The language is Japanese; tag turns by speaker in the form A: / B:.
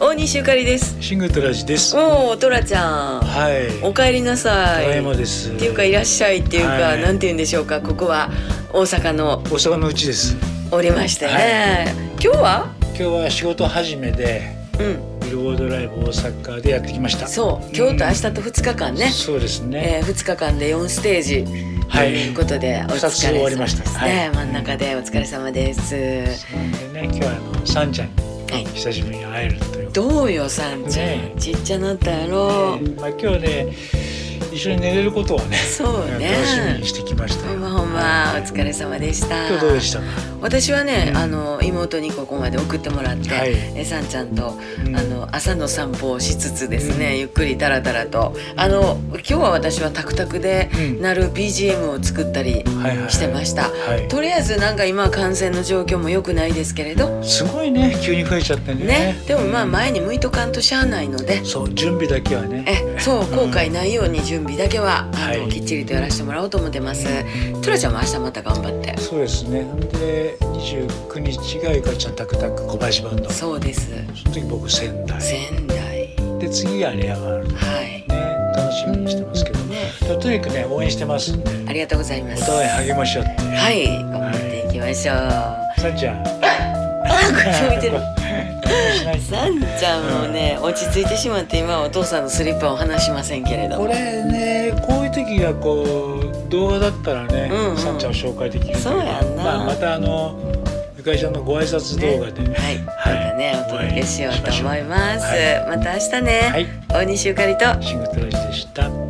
A: 大西ゆかりです
B: シングトラジです。は
A: おおトラちゃん
B: い。
A: お帰りな
B: た
A: さ
B: だ
A: い
B: い
A: っ
B: まです。
A: ていうかいらっしゃいっていうか、
B: はい
A: なんて言うんでしょうかここは大阪の
B: 大阪のうちです。
A: おりましてね、今日は
B: 今日は仕事始めで
A: うん
B: ビルボードライブ大阪でやってきました。
A: そう今日と明日と2日間ね、
B: そうですね。
A: えー、2日間で4ステージと
B: はい
A: いうことでお疲れ様
B: 二つ終わりました
A: です
B: は
A: ね、
B: い
A: 真ん中でお疲れ様です、
B: なんでね今日はあのサンちゃんに
A: はい
B: 久しぶりに会えるという。
A: どうよさんちゃん、
B: ね
A: ちっちゃなったやろ、
B: ねまあ今日ね一緒に寝れることをね
A: そう
B: 楽
A: ね
B: しみにしてきました
A: ほ
B: よ。
A: んまほんまお疲れ様でした
B: 今日どうでしたか。
A: 私はね、
B: うん
A: あの妹にここまで送ってもらって、
B: はい
A: えさんちゃんと、
B: うん
A: あの朝の散歩をしつつですね、
B: うん
A: ゆっくりタラタラとあの今日は私はタクタクで
B: うん
A: なる BGM を作ったり
B: はいはい
A: してました、
B: はい。
A: とりあえずなんか今は感染の状況も良くないですけれど
B: すごいね急に増えちゃってね。
A: ねでもまあ
B: うん
A: 前に向いとかんとしゃあないので。
B: そう準備だけはね。
A: えそう後悔ないように準備だけは、あ
B: は
A: の
B: い
A: きっちりとやらせてもらおうと思ってます。トラちゃんも明日また頑張って。
B: そうですね。なんで二十九日がゆかちゃんタクタク小林バンド。そ
A: そうです。
B: の時僕仙台。
A: 仙台
B: で次がレアガールね
A: はい。
B: 楽しみにしてますけど。
A: ね
B: とにかくね応援してますんで。
A: ありがとうございま
B: お
A: す。
B: 互い励まし合って。
A: はい、頑張っていきましょう。
B: さんちゃん。
A: こっち向いて る。
B: しない
A: さんちゃんもね、落ち着いてしまって、今はお父さんのスリッパを離しませんけれど
B: こ
A: も。
B: れねこういう時がこう動画だったらね、
A: うんうん
B: さんちゃんを紹介できるんだけど
A: そうやんな
B: まあ、またあのゆかりちゃんのご挨拶動画で、
A: ねはい、ま
B: はい
A: たね、お届けしようと思います。
B: は
A: また明日ね、
B: はい
A: 大西ゆかりと。
B: シングルトラジでした。